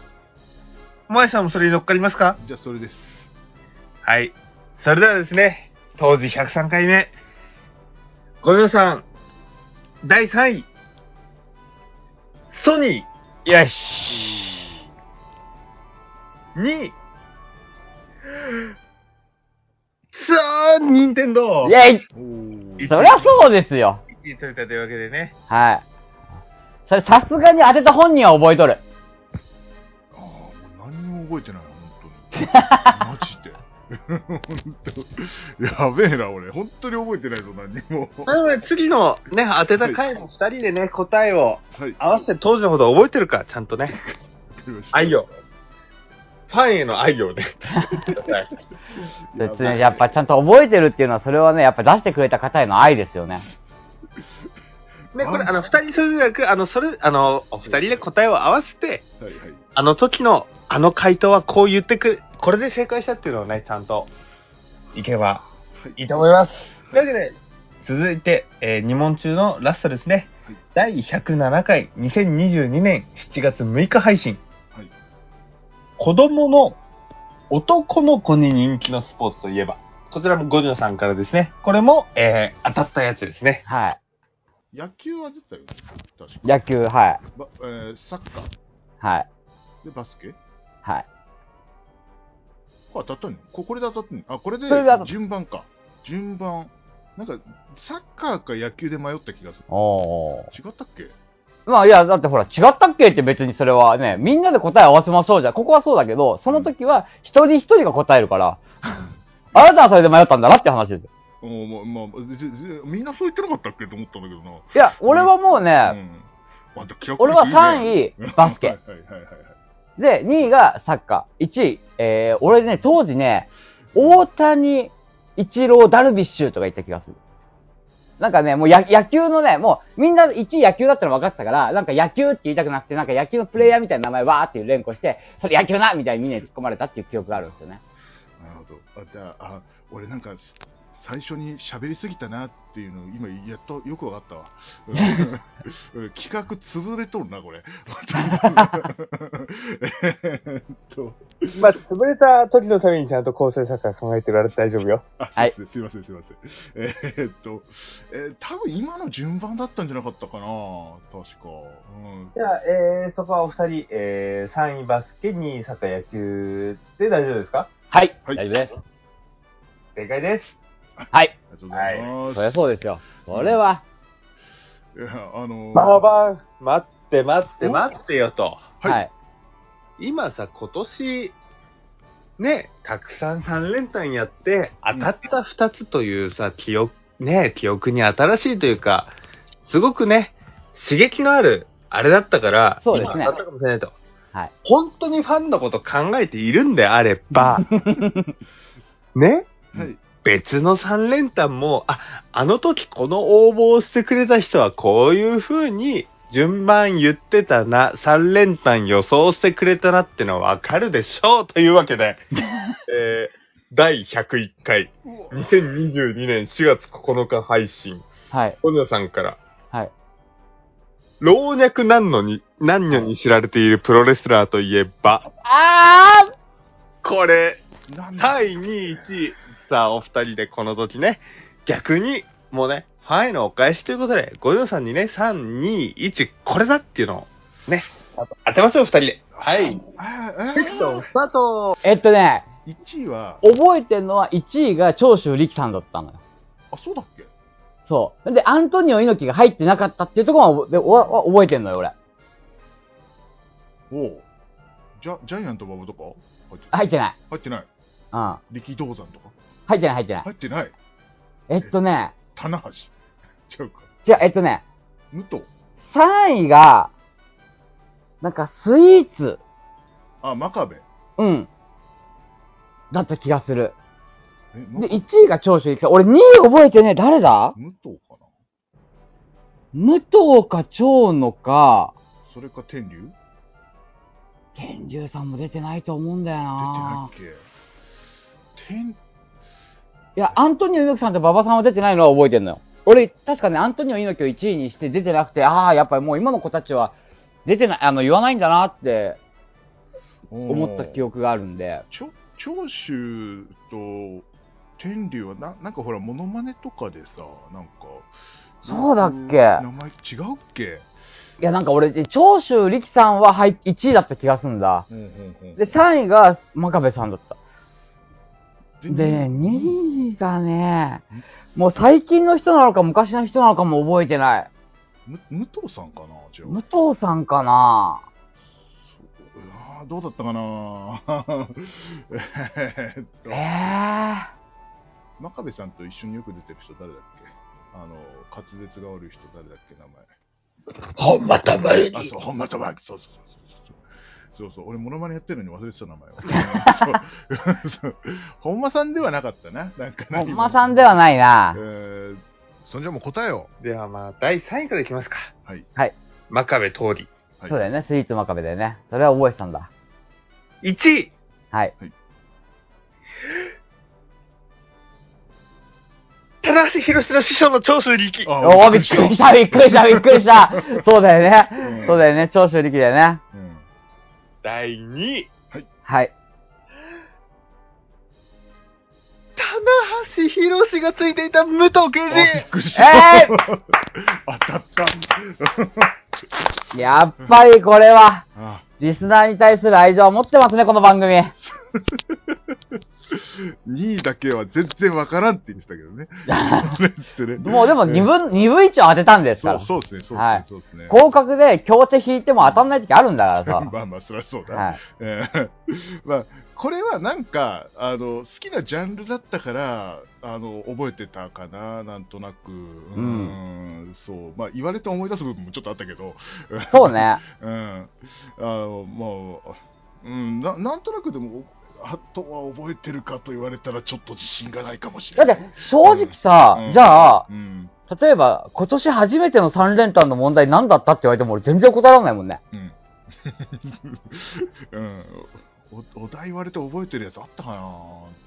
Speaker 4: 萌えさんもそれに乗っかりますか
Speaker 2: じゃあ、それです。
Speaker 4: はい。それではですね、当時103回目、ごめんなさん、第3位、ソニー、よし。2位、さあ、ニンテンドー。
Speaker 3: イェイ
Speaker 2: おー
Speaker 4: い
Speaker 3: そりゃそうですよ。
Speaker 4: 1位取れたというわけでね。
Speaker 3: はい。それさすがに当てた本人は覚えとる。
Speaker 2: ああ、もう何にも覚えてない、本当に。マ <laughs> ジで。本当やべえな、俺。本当に覚えてないぞ、何にも。
Speaker 4: なので、次のね、当てた回も2人でね、答えを
Speaker 2: はい。
Speaker 4: 合わせて当時のことを覚えてるか、ちゃんとね。愛を。ファンへの愛を <laughs> ね。
Speaker 3: 別にやっぱちゃんと覚えてるっていうのは、それはね、やっぱ出してくれた方への愛ですよね。
Speaker 4: ね、これ、あの、二人それぞれ、あの、それ、あの、お二人で答えを合わせて、
Speaker 2: はいはい。
Speaker 4: あの時の、あの回答はこう言ってくる、これで正解したっていうのをね、ちゃんと、いけば、いいと思います。というわけで、続いて、え2問中のラストですね。第107回、2022年7月6日配信。
Speaker 2: はい
Speaker 4: 子供の男の子に人気のスポーツといえば、こちらもゴジョさんからですね。これも、えー当たったやつですね。
Speaker 3: はい。
Speaker 2: 野球は出たよね、確か
Speaker 3: 野球、はい。
Speaker 2: ばえーサッカー
Speaker 3: はい。
Speaker 2: でバスケ
Speaker 3: はい。
Speaker 2: これ当たったのここれで当たったのあ、これで
Speaker 3: それで当たった
Speaker 2: 順番か。順番。なんか、サッカーか野球で迷った気がする。
Speaker 3: おー。
Speaker 2: 違ったっけ
Speaker 3: まあいや、だってほら、違ったっけって別にそれはね、みんなで答え合わせましょうじゃん。ここはそうだけど、その時は一人一人が答えるから、あなたはそれで迷ったんだなって話ですよ。
Speaker 2: おーまあまあ、ぜぜみんなそう言ってなかったっけと思ったんだけどな。
Speaker 3: いや、俺はもうね、
Speaker 2: うん、あんた気楽
Speaker 3: 俺は
Speaker 2: に言うね
Speaker 3: 3位、バス
Speaker 2: は
Speaker 3: ケ
Speaker 2: い。はいはいはいはい。
Speaker 3: で、2位がサッカー。1位、えー、俺ね、当時ね、大谷、一郎、ダルビッシュとか言った気がする。なんかね、もうや野球のね、もうみんな1位野球だったの分かってたから、なんか野球って言いたくなくて、なんか野球のプレイヤーみたいな名前わーっていう連呼して、それ野球なみたいにみんなに突っ込まれたっていう記憶があるんですよね。
Speaker 2: なるほど。あじゃああ、俺なんか、最初に喋りすぎたなっていうの、今、やっとよくわかったわ。うんうん企画潰れとるな、これ。 <laughs> えーっと、
Speaker 4: <laughs> まあ、潰れた時のためにちゃんと構成作家考えてるから大丈夫よ。
Speaker 3: はい
Speaker 2: すすいません、すいません。えーっと、えー多分今の順番だったんじゃなかったかな、確か。うん
Speaker 4: じゃあ、えー、そこはお二人、えー、3位バスケ、2位サッカー野球で大丈夫ですか
Speaker 3: はい、
Speaker 2: はい
Speaker 3: 大丈夫です。
Speaker 4: 正解です。
Speaker 3: はい、
Speaker 2: ありがとうございます。
Speaker 3: そりゃそうですよ。それは、
Speaker 2: いやあのー
Speaker 4: バーバン待って待って待ってよと。
Speaker 2: はい
Speaker 3: はい。
Speaker 4: 今さ、今年、ね、たくさん3連単やって、当たった2つというさ、記憶、ね、記憶に新しいというか、すごくね、刺激のある、あれだったから、
Speaker 3: そうですね
Speaker 4: 今当たったかもしれないと。
Speaker 3: はい
Speaker 4: 本当にファンのこと考えているんであれ
Speaker 3: <laughs>
Speaker 4: ば、ね、
Speaker 2: はい
Speaker 4: 別の3連単も、あ、あの時この応募をしてくれた人はこういう風に順番言ってたな、3連単予想してくれたなってのはわかるでしょうというわけで、えー第101回、2022年4月9日配信、
Speaker 3: はい。
Speaker 4: 本屋さんから、
Speaker 3: はい。
Speaker 4: 老若男女に、男女に知られているプロレスラーといえば、
Speaker 3: あー
Speaker 4: これ、
Speaker 2: なんだ
Speaker 4: 第2、1さあ、お二人でこの時ね、逆に、もうね、ファンへのお返しということで、五条さんにね、3、2、1、これだっていうのを、ね、あと当てましょう、二人で。はい。
Speaker 2: あああ
Speaker 4: セクションスタート
Speaker 3: えっとね、
Speaker 2: 1位は、
Speaker 3: 覚えてるのは1位が長州力さんだったのよ。
Speaker 2: あ、そうだっけ
Speaker 3: そう。で、アントニオ猪木が入ってなかったっていうところは覚えでおわ覚えてんのよ、俺。
Speaker 2: おうジャジャイアント馬場とか入って
Speaker 3: 入ってない。
Speaker 2: 入ってない。
Speaker 3: うん。入
Speaker 2: 力道山とか
Speaker 3: ってない、入ってない。
Speaker 2: 入ってない。
Speaker 3: えっとね、
Speaker 2: 棚橋。違うか。
Speaker 3: じゃあ、えっとね、
Speaker 2: 武藤。
Speaker 3: 3位が、なんかスイーツ、
Speaker 2: あ、真壁。
Speaker 3: うん、だった気がする。
Speaker 2: え、
Speaker 3: で、
Speaker 2: なんか
Speaker 3: 1位が長州力さん。俺2位覚えてねえ。誰だ
Speaker 2: 武藤かな
Speaker 3: 武藤か長野か、
Speaker 2: それか天竜
Speaker 3: 天竜さんも出てないと思うんだよ
Speaker 2: 出てな
Speaker 3: ない
Speaker 2: っけ天、
Speaker 3: いや、アントニオ猪木さんと馬場さんは出てないのは覚えてんのよ。俺、確かね、アントニオ猪木を1位にして出てなくて、ああ、やっぱりもう今の子たちは出てない、あの、言わないんだなって思った記
Speaker 2: 憶。
Speaker 3: 憶があるんで。
Speaker 2: ちょ長州と天竜はな、なんかほら、モノマネとかでさ、なんか、
Speaker 3: そうだっけ
Speaker 2: 名前違うっけ
Speaker 3: いや、なんか俺、長州力さんは入1位だった気がすんだ。
Speaker 2: うんうんうん
Speaker 3: で、3位が真壁さんだった。
Speaker 2: で
Speaker 3: で、
Speaker 2: に
Speaker 3: 2位がね、もう最近の人なのか昔の人なのかも覚えてない。
Speaker 2: む武藤さんかなじゃあ。
Speaker 3: 武藤さんかな
Speaker 2: そうあーどうだったかな <laughs> えーっと
Speaker 3: え、え
Speaker 2: 真壁さんと一緒によく出てる人誰だっけあの、滑舌が悪い人誰だっけ名前。
Speaker 7: 本またま
Speaker 2: あ、そう、本間とバそうそうそうそう。そうそう、俺、モノマネやってるのに忘れてた名前を。 <laughs> そうそう本間さんではなかったな。なんか
Speaker 3: ー、
Speaker 2: な
Speaker 3: 本間さんでは
Speaker 2: な
Speaker 3: ないな
Speaker 2: え。ー
Speaker 7: そんじゃもう答えを
Speaker 4: ではまあ、第3位からいきますか。
Speaker 2: はい。
Speaker 3: はい。
Speaker 4: 真壁通り。
Speaker 2: はい
Speaker 3: そうだよね、スイーツ真壁だよね。それは覚えてたんだ。
Speaker 4: 1位
Speaker 3: はい。
Speaker 4: 棚橋博士の師匠の長州力。
Speaker 2: あ
Speaker 3: おお、びっくりした、びっくりした、びっくりした。そうだよ
Speaker 2: う
Speaker 3: ね。
Speaker 2: ん
Speaker 3: そうだよね、長州力だよね。
Speaker 2: うん
Speaker 4: 第2位
Speaker 3: はい。
Speaker 4: 棚橋博士がついていた武藤敬
Speaker 2: あびっくりした。
Speaker 3: え
Speaker 2: <laughs> 当たった。
Speaker 3: やっぱりこれは、
Speaker 2: あ
Speaker 3: リスナーに対する愛情を持ってますね、この番組。
Speaker 2: 2位だけは全然わからんって言ってたけど
Speaker 3: <laughs>
Speaker 2: ね。 <laughs>
Speaker 3: もうでも2
Speaker 2: 分
Speaker 3: 分、二分以上当てたんです
Speaker 2: そう
Speaker 3: から。
Speaker 2: そうですね、そう
Speaker 3: はい
Speaker 2: ですね、そうですね。
Speaker 3: 広角で強手引いても当たんない時あるん
Speaker 2: <laughs>
Speaker 3: だから
Speaker 2: まあまあ、そりゃそう
Speaker 3: さ。
Speaker 2: だ。
Speaker 3: はい。
Speaker 2: え <laughs> ーまあ、これはなんかあの好きなジャンルだったからあの覚えてたかな、なんとなく、うんそうまあ、言われて思い出す部分もちょっとあったけど、
Speaker 3: そうね。
Speaker 2: <laughs> うんあのまあうん、ななんとなくでも、あとは覚えてるかと言われたら、ちょっと自信がないかもし
Speaker 3: だ
Speaker 2: れ
Speaker 3: っ
Speaker 2: ない。
Speaker 3: て、正直さ、
Speaker 2: うん
Speaker 3: じゃあ、
Speaker 2: うん
Speaker 3: 例えば、今年初めての3連単の問題何だったって言われても俺全然答えられないもんね。
Speaker 2: うん、うんおお題言われて覚えてるやつあったかなっ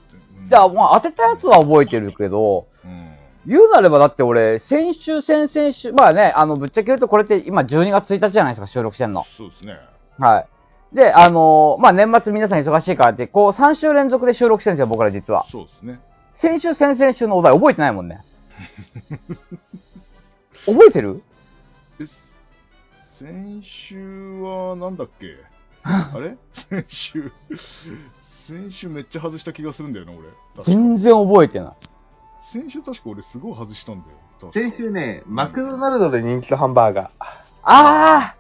Speaker 2: て、うん
Speaker 3: じゃあ、まあ当てたやつは覚えてるけど、
Speaker 2: うん
Speaker 3: 言うなればだって俺、先週、先々週、まあね、あの、ぶっちゃけ言うとこれって今12月1日じゃないですか、収録してんの。
Speaker 2: そうですね。
Speaker 3: はい。で、あのーまあ年末皆さん忙しいからって、こう3週連続で収録してるんですよ、僕ら実は。
Speaker 2: そうですね。
Speaker 3: 先週、先々週のお題覚えてない
Speaker 2: <laughs>
Speaker 3: もんね。覚えてる
Speaker 2: え先週はなんだっけあれ先週、先週めっちゃ外した気がするんだよな、俺。確か
Speaker 3: 全然覚えてない。
Speaker 2: 先週確か俺すごい外したんだよ。確か
Speaker 4: 先週ね、マクドナルドで人気のハンバーガー。
Speaker 3: ああ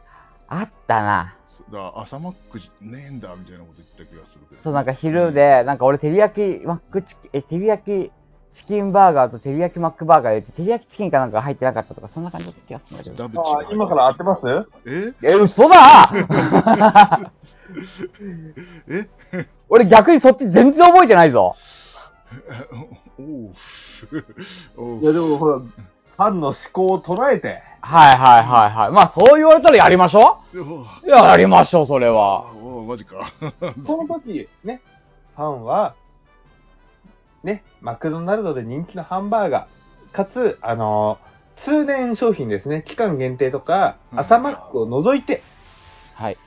Speaker 3: あったな。
Speaker 2: だ朝マックじゃねえんだみたいなこと言った気がするけど。
Speaker 3: そう、なんか昼で、なんか俺、照り焼き、マックチキン、え、照り焼き、チキンバーガーと照り焼きマックバーガー入れて、照り焼きチキンかなんか入ってなかったとか、そんな感じだった気がするんだけど。
Speaker 2: ダブチ
Speaker 4: あ今から当てます
Speaker 2: え
Speaker 3: え、嘘だ
Speaker 2: え
Speaker 3: <laughs>
Speaker 2: <laughs>
Speaker 3: 俺逆にそっち全然覚えてないぞ。
Speaker 2: おうおう
Speaker 4: いや、でもほら、ファンの思考を捉えて。
Speaker 3: はいはいはいはい。まあそう言われたらやりましょ
Speaker 2: おう
Speaker 3: うやりましょう、それは。
Speaker 2: おうマジか
Speaker 4: その時、ね、ファンは、ね、マクドナルドで人気のハンバーガー、かつ、あのー通年商品ですね、期間限定とか、
Speaker 2: うん
Speaker 4: 朝マックを除いて、
Speaker 3: はい。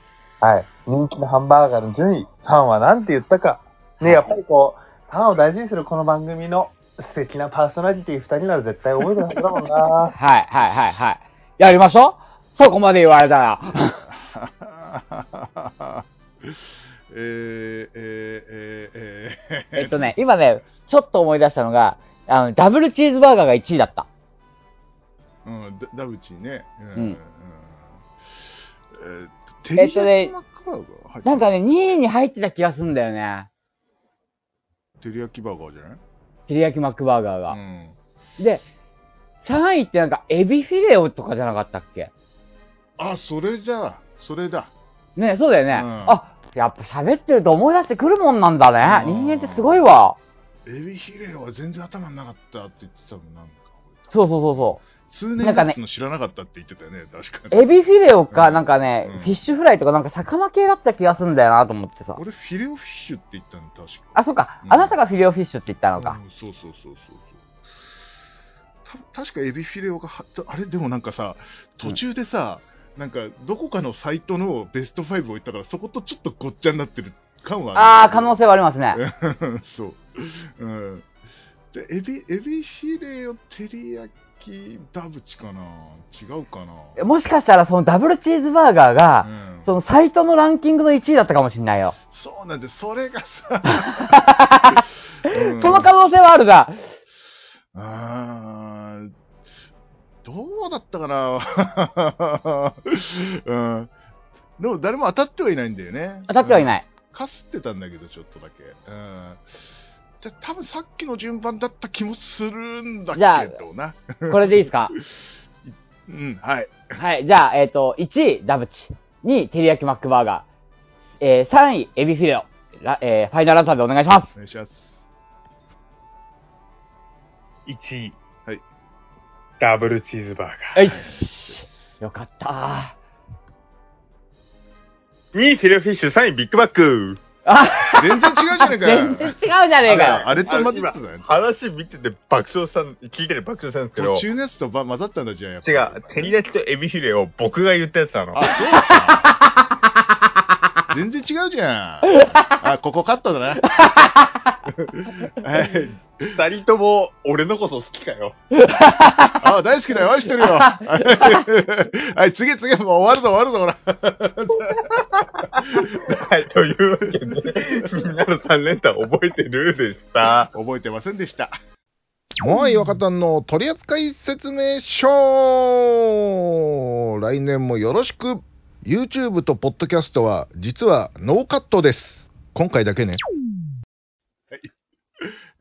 Speaker 4: はい、人気のハンバーガーの順位、ファンは何て言ったか、ね、やっぱりこう、ファンを大事にするこの番組の素敵なパーソナリティ2人なら絶対覚えてなだもんな。
Speaker 3: はいはいはいはい。やりましょうそこまで言われたら。
Speaker 2: <laughs> えー、えー、えー、えー、
Speaker 3: えっとね、今ね、ちょっと思い出したのが、あの、ダブルチーズバーガーが1位だった。
Speaker 2: うん、ダダブチね。うん
Speaker 3: うん
Speaker 2: うんえーテ
Speaker 3: えっとね
Speaker 2: リヤキマックバーガー入ってる
Speaker 3: なんかね、2位に入ってた気がするんだよね。
Speaker 2: テリヤキバーガーじゃない
Speaker 3: 照り焼きマックバーガーが。
Speaker 2: うん。
Speaker 3: で、3位ってなんか、エビフィレオとかじゃなかったっけ
Speaker 2: あ、それじゃ、それだ。
Speaker 3: ねそうだよね。
Speaker 2: うん
Speaker 3: あ、やっぱ喋ってると思い出してくるもんなんだね。
Speaker 2: うん
Speaker 3: 人間ってすごいわ。
Speaker 2: エビヒレオは全然頭になかったって言ってたもん、なんか。
Speaker 3: そうそうそうそ
Speaker 2: 通年
Speaker 3: なんかね
Speaker 2: やつの知らなかったって言ってたよね、確か
Speaker 3: う。
Speaker 2: に。
Speaker 3: エビフィレオか、
Speaker 2: うん
Speaker 3: なんかね、
Speaker 2: うん
Speaker 3: フィッシュフライとかなんか魚系だった気がするんだよなと思ってさ。
Speaker 2: 俺、フィレオフィッシュって言ったの、確か。
Speaker 3: あ、そっか、
Speaker 2: うん
Speaker 3: あなたがフィレオフィッシュって言ったのか。
Speaker 2: うんそうそうそうそうた確かエビフィレオがはたあれでもなんかさ途中でさ、なんかどこかのサイトのベスト5を言ったからそことちょっとごっちゃになってる感は
Speaker 3: ああ、
Speaker 2: る
Speaker 3: 可能性はありますね。
Speaker 2: <laughs> そう、うん、でエビエビフィレオ照り焼きダブチかな違うかな
Speaker 3: もしかしたらそのダブルチーズバーガーが、
Speaker 2: うん
Speaker 3: そのサイトのランキングの1位だったかもしれないよ。
Speaker 2: そうなんでそれがさ、
Speaker 3: <laughs>
Speaker 2: うん
Speaker 3: その可能性はあるが、
Speaker 2: あーどうだったかな、 <laughs> うん、でも誰も当たってはいないんだよね。。
Speaker 3: 当たってはいないい。
Speaker 2: かすってたんだけど、ちょっとだけ。うんじゃ多分さっきの順番だった気もするんだけどな。
Speaker 3: これでいいですか
Speaker 2: うん、はい。
Speaker 3: はい、じゃあ、えっ、と、1位、ダブチ。2位、テリヤキマックバーガー。えー、3位、エビフィレオ。らえー、ファイナルアンサーでお願いします。
Speaker 2: お願いします。
Speaker 4: 1位。
Speaker 2: はい。
Speaker 4: ダブルチーズバー
Speaker 3: えいよかったー。あ
Speaker 4: ガー。2位、フィレオフィッシュ、3位、ビッグバック。
Speaker 2: 全然違うじゃねえかよ
Speaker 3: <laughs> 全然違うじゃねえかよ。
Speaker 2: あれと混じってたね。
Speaker 4: 話見てて爆笑したん、聞いてて爆笑したんですけど
Speaker 2: 途、中のやつとば混ざったんだじゃん、やっぱ
Speaker 4: 違う、照り焼きとエビフィレを僕が言ったやつなの。
Speaker 2: あ、そうか。全然違うじゃん。あ、ここカットだな。はい
Speaker 4: 二人とも俺のこと好きかよ。
Speaker 2: あ、大好きだよ、愛してるよ。はい、次、次、もう終わるぞ、終わるぞ、ほら。
Speaker 4: はい、というわけで、みんなの3連単覚えてるでした。
Speaker 2: 覚えてませんでした。
Speaker 7: もう若旦の取扱説明書来年もよろしく YouTube とポッドキャストは実はノーカットです今回だけね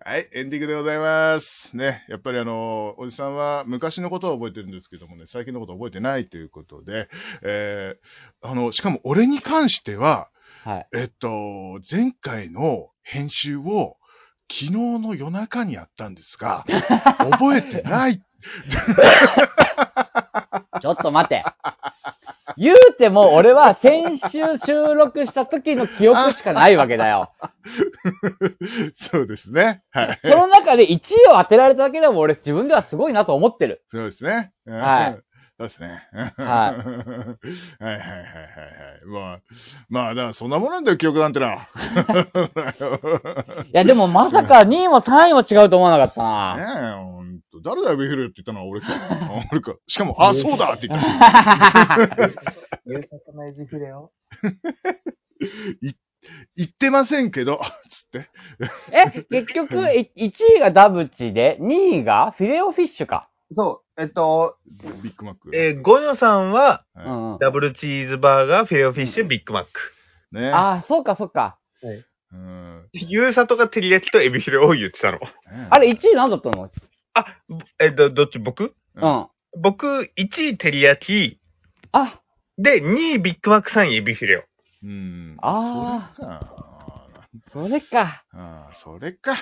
Speaker 2: はい、エンディングでございます。ね、やっぱりあの、おじさんは昔のことは覚えてるんですけどもね、最近のことは覚えてないということで、えーあの、しかも俺に関しては、
Speaker 3: はい。
Speaker 2: えっと、前回の編集を、昨日の夜中にやったんです
Speaker 3: <laughs>
Speaker 2: が、覚えてない。
Speaker 3: ちょっと待て。言うても俺は先週収録した時の記憶しかないわけだよ。
Speaker 2: そうですね。はい。
Speaker 3: その中で1位を当てられただけでも俺自分ではすごいなと思ってる。
Speaker 2: そうですね。
Speaker 3: はい。
Speaker 2: そうですね。
Speaker 3: は
Speaker 2: はいはいはいはいはい。まあ、まあ、だからそんなものなんだよ、記憶なんて
Speaker 3: <laughs>
Speaker 2: な。
Speaker 3: いやでもまさか2位も3位も違うと思わなかったな。
Speaker 2: ねえ、ほんと。誰だよ、ビフィルって言ったのは俺
Speaker 3: <laughs>
Speaker 2: か。俺か。しかも、あ、そうだって言ったし。
Speaker 4: 優作のエビフレを。
Speaker 2: 言ってませんけど、つって。
Speaker 3: え、結局、い1位がダブチで、2位がフィレオフィッシュか。
Speaker 4: そう、えっと、
Speaker 2: ビッグマック。
Speaker 4: えー、ゴニョさんは、
Speaker 2: は
Speaker 3: う
Speaker 2: い
Speaker 3: んうん。
Speaker 4: ダブルチーズバーガー、フィレオフィッシュ、ビッグマック。
Speaker 2: ね
Speaker 3: ああ、そうか、そうか。
Speaker 2: うん。ね
Speaker 4: ゆうさとが照り焼きとエビフライを言ってたの。
Speaker 3: あれ1位なんだったの
Speaker 4: あ、ぼえっと、どっち僕
Speaker 2: う
Speaker 3: うんん。
Speaker 4: 僕、1位照り焼き、
Speaker 3: あ、
Speaker 4: で、2位ビッグマック、3位エビフィレオ。
Speaker 2: うん。
Speaker 3: あー
Speaker 2: それか。
Speaker 3: それか。
Speaker 2: ああ、それか。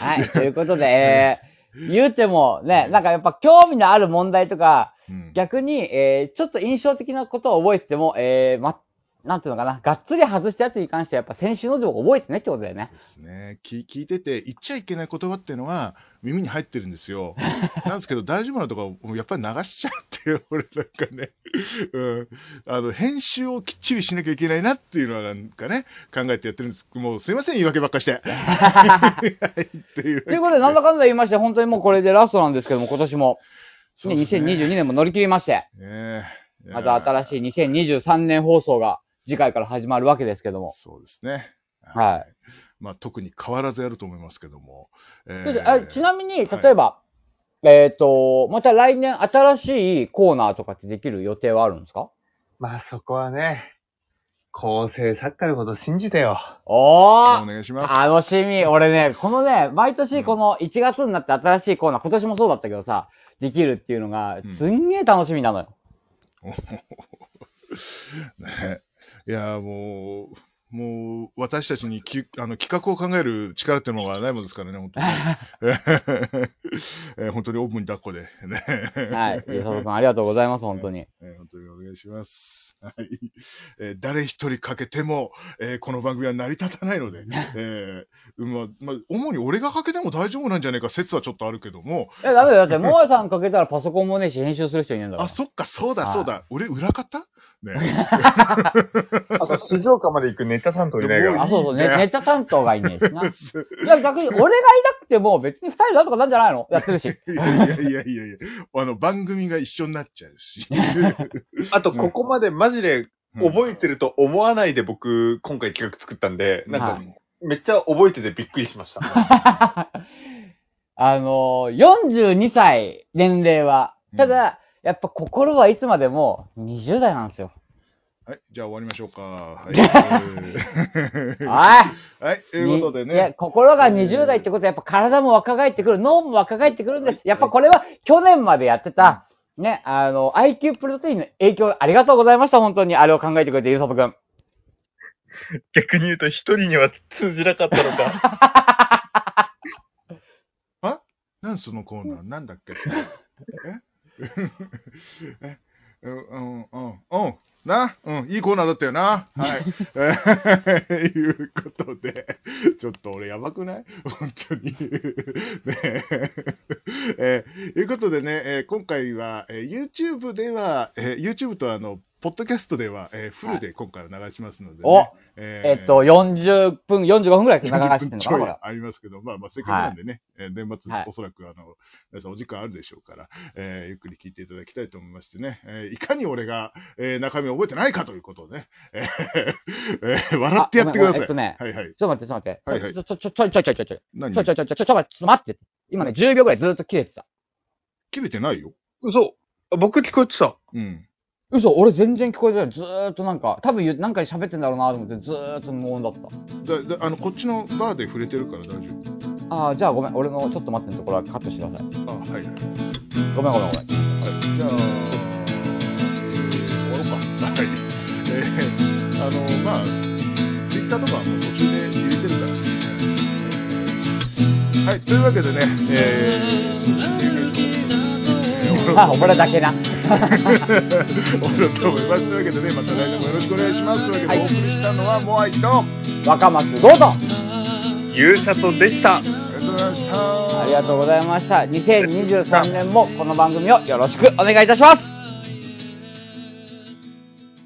Speaker 3: はい。ということで、え
Speaker 2: <laughs>
Speaker 3: ー、 <laughs> 言うてもね、なんかやっぱ興味のある問題とか、
Speaker 2: うん
Speaker 3: 逆に、えー、ちょっと印象的なことを覚えてても、えー、ま、なんていうのかな、がっつり外したやつに関しては、やっぱ先週の情報覚えてねってことだよね。
Speaker 2: ですね、聞聞いてて言っちゃいけない言葉っていうのは耳に入ってるんです
Speaker 3: <laughs>
Speaker 2: よ。なんですけど大丈夫なとこはやっぱり流しちゃうって俺なんかね、うん、あの編集をきっちりしなきゃいけないなっていうのはなんかね考えてやってるんですもうすいません言い訳ばっか
Speaker 3: <laughs>
Speaker 2: して。はいっていう
Speaker 3: ということで、なんだかんだ言いまして、本当にもうこれでラストなんですけども、今年も、
Speaker 2: そう
Speaker 3: ね、
Speaker 2: ですね
Speaker 3: 2022年も乗り切りまして、
Speaker 2: ねえ
Speaker 3: また新しい2023年放送が次回から始まるわけですけども。
Speaker 2: そうですね。。
Speaker 3: はい
Speaker 2: まあ特に変わらずやると思いますけども。え
Speaker 3: ちょっとあちなみに、
Speaker 2: はい
Speaker 3: 例えば、えっ、と、また来年新しいコーナーとかってできる予定はあるんですか
Speaker 4: まあそこはね、構成作家のこと信じてよ。
Speaker 3: お
Speaker 2: お
Speaker 3: ー
Speaker 2: 願いします。
Speaker 3: 楽しみ。俺ね、このね、毎年この1月になって新しいコーナー、今年もそうだったけどさ、できるっていうのが
Speaker 2: うん、
Speaker 3: すんげえ楽しみなのよ。
Speaker 2: ね、 <laughs> いやーもう、もう私たちにきあの企画を考える力っていうのがないものですからね、本当に。 <laughs> えー本当にオープンに抱っこで、ね。
Speaker 3: はい。ゆうさとくん、ありがとうございます、本当に。
Speaker 2: えー本当にお願いします。はいえー誰一人かけても、えーこの番組は成り立たないので、えーまま主に俺がかけても大丈夫なんじゃないか説はちょっとあるけども、
Speaker 3: いや、ダメだよ。だって、モアさんかけたらパソコンもねえし、編集する人いないん
Speaker 2: <laughs>
Speaker 3: だから。
Speaker 2: あ、そっか、そうだ、
Speaker 3: はい
Speaker 2: そうだ、俺裏方ね。
Speaker 4: あと、静岡まで行くネタ担当いないか
Speaker 2: でも
Speaker 4: ら。
Speaker 3: あ、そうそ
Speaker 2: い
Speaker 3: う、
Speaker 2: いん
Speaker 3: ね、
Speaker 2: だよ
Speaker 3: ネタ担当がいねえ
Speaker 2: <laughs>
Speaker 3: しな。いや、逆に、俺がいなくても別に二人だとかなんじ
Speaker 2: <laughs>
Speaker 3: ゃないのやってるし。
Speaker 2: いやいやいやいやいや、あの、番組が一緒になっちゃうし。
Speaker 4: あと、ここまでマジで覚えてると思わないで僕、今回企画作ったんで、なん
Speaker 3: は
Speaker 4: か、めっちゃ覚えててびっくりしました。
Speaker 3: あのー、42歳年齢は、ただ、やっぱ心はいつまでも20代なんです
Speaker 2: <laughs>
Speaker 3: よ。
Speaker 2: はい、じゃあ終わりましょうか。
Speaker 3: <laughs>
Speaker 2: はい。
Speaker 3: はい。
Speaker 2: はい、ということで
Speaker 3: にいや、
Speaker 2: ね。
Speaker 3: 心が20代ってことは、やっぱ体も若返ってくる、脳も若返ってくるんです。やっぱこれは去年までやってた、ね、あの、IQ プロテインの影響、ありがとうございました、本当に。あれを考えてくれて、ゆうさとくん。
Speaker 4: 逆に言うと、一人には通じなかったのか。
Speaker 2: 何そのコーナーなんだっけええうんうんうんうん。な、うん、いいコーナーだったよな。はい。 <laughs> えーいうことで、ちょっと俺やばくない本当に。ねえ。えーいうことでね、えー今回は、えー YouTube では、えー YouTube とあの、ポッドキャストでは、えーフルで今回は流しますので、ね
Speaker 3: お
Speaker 2: えー
Speaker 3: えっと、40分、45分ぐらい流してるの
Speaker 2: ち
Speaker 3: かな、
Speaker 2: ょ
Speaker 3: こ
Speaker 2: い
Speaker 3: れ。
Speaker 2: ありますけど、まあ、まあ、せっかくなんでね、えー年末
Speaker 3: はい、
Speaker 2: おそらく、あの、皆さんお時間あるでしょうから、えーゆっくり聞いていただきたいと思いましてね、えーいかに俺が、えー中身を覚えてないかということをね、えーえー笑ってやってください。
Speaker 3: あごめんごめんえっとね
Speaker 2: はいはい。
Speaker 3: ちょっと待って、ちょっと
Speaker 2: はい
Speaker 3: 待
Speaker 2: はい
Speaker 3: って。ちょ、ちょ、ちょ、ちょ、ちょ、ちょ、ちょ、
Speaker 2: 何
Speaker 3: ちょ、ちょ、ちょ、ちょ、ちょ、ちょ、待ってちょっと待って。今ね、10秒ぐらいずっと切れてた。
Speaker 2: 切れてないよ。
Speaker 4: <laughs> 嘘。僕聞こえてた。
Speaker 2: うん。
Speaker 3: 嘘、俺全然聞こえてない。ずーっとなんか、多分言うなんか喋ってんだろうなと思って、ずーっと無音だった。
Speaker 2: だだあの、こっちのバーで触れてるから大丈夫。
Speaker 3: ああ、じゃあごめん。俺のちょっと待ってのところはカットしてください。
Speaker 2: あ、はいはい。はい、
Speaker 3: ごめんごめんごめん。
Speaker 2: じゃあ、えー終わろうか。はい。えーあの、まあ、Twitter とかはもう途中で入れてるから。えーはい、というわけでね、えー、有言実行えー終わろう
Speaker 3: あ、俺だけな。
Speaker 2: 終わろうと思います。というわけでね、また来年もよろしくお願いします。というわけで、
Speaker 3: はい
Speaker 2: お送りしたのは、モアイと、あ
Speaker 3: 若松ゴート
Speaker 4: ゆうさとでした。
Speaker 2: りがとうございました。
Speaker 3: ありがとうございました。2023年もこの番組をよろしくお願いいたします